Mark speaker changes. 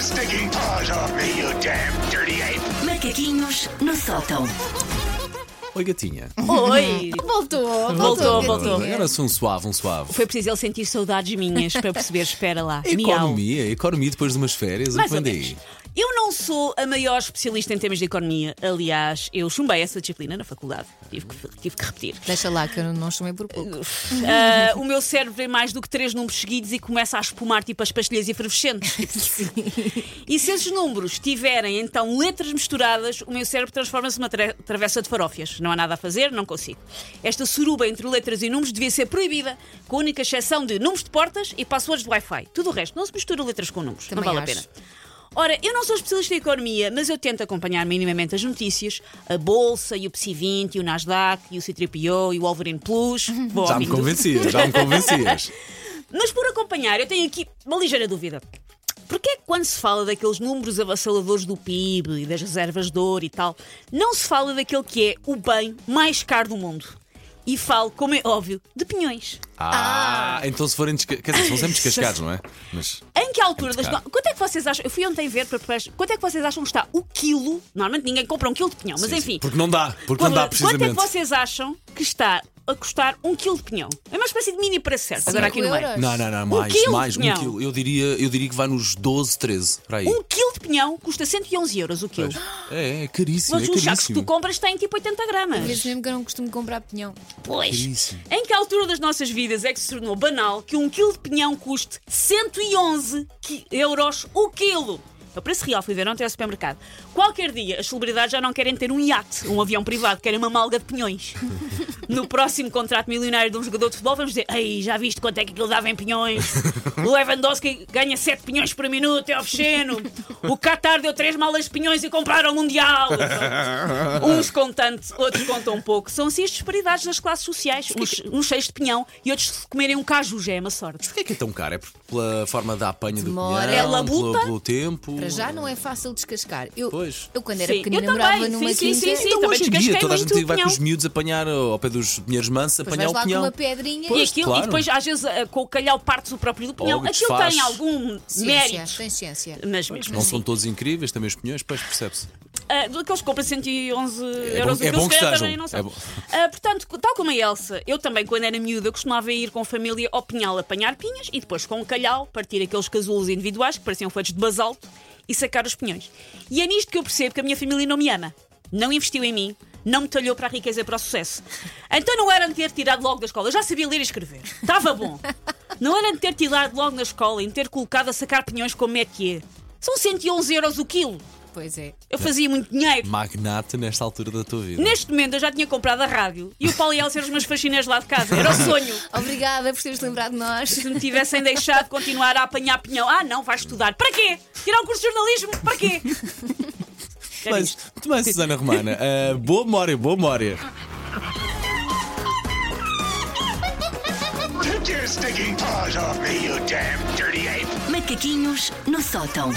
Speaker 1: sticking paws off me, you damn dirty ape!
Speaker 2: Macaquinhos no sótão.
Speaker 3: Oi, gatinha.
Speaker 4: Oi!
Speaker 5: Voltou,
Speaker 4: Voltou,
Speaker 5: voltou.
Speaker 4: voltou.
Speaker 5: gatinha.
Speaker 3: Agora sou um suave, um suave.
Speaker 4: Foi preciso ele sentir saudades minhas para perceber, espera lá. Miau.
Speaker 3: Economia, economia depois de umas férias, o
Speaker 4: Mais
Speaker 3: que
Speaker 4: ou
Speaker 3: vem
Speaker 4: menos.
Speaker 3: daí?
Speaker 4: Eu não sou a maior especialista em temas de economia. Aliás, eu chumbei essa disciplina na faculdade. Tive que, tive que repetir.
Speaker 5: Deixa lá que eu não chamei por pouco.
Speaker 4: Ah, o meu cérebro vê mais do que três números seguidos e começa a espumar tipo as pastilhas efervescentes. e se esses números tiverem então letras misturadas, o meu cérebro transforma-se numa tra- travessa de farófias. Não há nada a fazer, não consigo. Esta suruba entre letras e números devia ser proibida, com a única exceção de números de portas e passwords de Wi-Fi. Tudo o resto, não se mistura letras com números.
Speaker 5: Também
Speaker 4: não vale
Speaker 5: acho.
Speaker 4: a pena. Ora, eu não sou especialista em economia, mas eu tento acompanhar minimamente as notícias, a Bolsa e o PSI 20 e o Nasdaq e o C3PO e o Wolverine Plus. Vou
Speaker 3: Já me
Speaker 4: ouvindo.
Speaker 3: convencias, já me convencias.
Speaker 4: Mas por acompanhar, eu tenho aqui uma ligeira dúvida. Porquê é que quando se fala daqueles números avassaladores do PIB e das reservas de ouro e tal, não se fala daquele que é o bem mais caro do mundo? E falo, como é óbvio, de pinhões.
Speaker 3: Ah, então se forem desca... Quer dizer, são sempre descascados, não é? Mas
Speaker 4: Em que altura
Speaker 3: É muito
Speaker 4: das
Speaker 3: caro.
Speaker 4: no- Quanto é que vocês acham? Eu fui ontem ver para preparar- Quanto é que vocês acham que está o quilo? Normalmente ninguém compra um quilo de pinhão, mas
Speaker 3: sim, sim.
Speaker 4: enfim.
Speaker 3: Porque não dá, porque não
Speaker 4: Quando-
Speaker 3: dá
Speaker 4: Quanto é
Speaker 3: precisamente.
Speaker 4: que vocês acham que está a custar um quilo de pinhão? É uma espécie de mini preço certo, agora aqui no meio.
Speaker 5: Euros.
Speaker 3: Não, não, não,
Speaker 4: Um
Speaker 3: mais,
Speaker 4: quilo,
Speaker 3: mais, um
Speaker 4: não.
Speaker 3: quilo. Eu diria, eu diria que vai nos 12, 13, para aí.
Speaker 4: Um quilo de pinhão custa 111 euros o quilo.
Speaker 3: É, é caríssimo, é
Speaker 4: Mas um os sacos que tu
Speaker 3: caríssimo.
Speaker 4: compras têm tipo 80
Speaker 5: Vezes
Speaker 4: gramas.
Speaker 5: mesmo que eu não costumo comprar pinhão.
Speaker 4: Pois.
Speaker 3: Caríssimo.
Speaker 4: Em que altura das nossas vidas é que se tornou banal que um quilo de pinhão custe 111 qui- euros o quilo? É o preço real, fui ver ontem ao supermercado. Qualquer dia, as celebridades já não querem ter um iate, um avião privado, querem uma malga de pinhões. No próximo contrato milionário de um jogador de futebol, vamos dizer: Ei, já viste quanto é que aquilo dava em pinhões? O Lewandowski ganha 7 pinhões por minuto, é obsceno. O Qatar deu 3 malas de pinhões e compraram o Mundial. Uns com tanto, outros contam um pouco. São assim as disparidades das classes sociais. Uns, uns cheios de pinhão e outros se comerem um caju, já é uma sorte.
Speaker 3: Porquê é que é tão caro? É por- pela forma da apanha do
Speaker 5: Demora.
Speaker 3: pinhão,
Speaker 4: Ela
Speaker 3: pelo,
Speaker 4: bulta.
Speaker 3: pelo tempo.
Speaker 5: Para já não é fácil descascar. Eu,
Speaker 3: Pois.
Speaker 5: eu quando era
Speaker 4: Sim,
Speaker 5: pequenina
Speaker 4: eu também.
Speaker 5: morava numa
Speaker 4: Sim, sim,
Speaker 5: quinta.
Speaker 4: sim, sim.
Speaker 3: Então,
Speaker 4: também
Speaker 3: hoje em dia
Speaker 4: descasquei
Speaker 3: toda a
Speaker 4: muito
Speaker 3: gente
Speaker 4: o
Speaker 3: vai com os
Speaker 4: pinhão.
Speaker 3: miúdos apanhar ó, ao pé dos dinheiros mansos,
Speaker 5: Depois
Speaker 3: apanhar
Speaker 5: vais
Speaker 3: o
Speaker 5: lá com
Speaker 3: pinhão.
Speaker 5: uma pedrinha.
Speaker 4: e, aquilo,
Speaker 3: claro.
Speaker 4: e depois, às vezes, eh, com o calhau parte do próprio do pinhão.
Speaker 3: Logo
Speaker 4: aquilo
Speaker 3: desfaz.
Speaker 4: tem algum
Speaker 5: Ciência,
Speaker 4: mérito.
Speaker 5: tem ciência.
Speaker 4: Mas mesmo
Speaker 3: Não
Speaker 4: assim.
Speaker 3: são todos incríveis, também os pinhões, pois percebe-se.
Speaker 4: Ah, daqueles que compram 111 euros
Speaker 3: bom- é
Speaker 4: o quilo,
Speaker 3: bom
Speaker 4: se
Speaker 3: que sejam.
Speaker 4: calhar também não
Speaker 3: É
Speaker 4: são.
Speaker 3: bom.
Speaker 4: Ah, portanto, tal como a Elsa, eu também, quando era miúda, costumava ir com a família ao pinhal apanhar pinhas e depois com o calhau partir aqueles casulos individuais que pareciam feitos de basalto e sacar os pinhões. E é nisto que eu percebo que a minha família não me ama. Não investiu em mim, não me talhou para a riqueza e para o sucesso. Então não era de ter tirado logo da escola. Eu já sabia ler e escrever. Estava bom. Não era de ter tirado logo na escola e me ter colocado a sacar pinhões como é que é. São 111 euros o quilo.
Speaker 5: Pois é.
Speaker 4: Eu fazia muito dinheiro.
Speaker 3: Magnata nesta altura da tua vida.
Speaker 4: Neste momento eu já tinha comprado a rádio e o Paulo e a Elsa eram os meus faxineiros lá de casa. Era o sonho.
Speaker 5: Obrigada por teres lembrado de nós.
Speaker 4: Se me tivessem deixado continuar a apanhar pinhão. Ah, não, vais estudar. Para quê? Tirar o curso de jornalismo? Para quê? Era
Speaker 3: Mas,
Speaker 4: isto.
Speaker 3: muito bem, Susana Romana. Ah, boa memória, boa memória.
Speaker 1: Take your sticking paws off me, you damn dirty ape!
Speaker 2: Macaquinhos no sótão.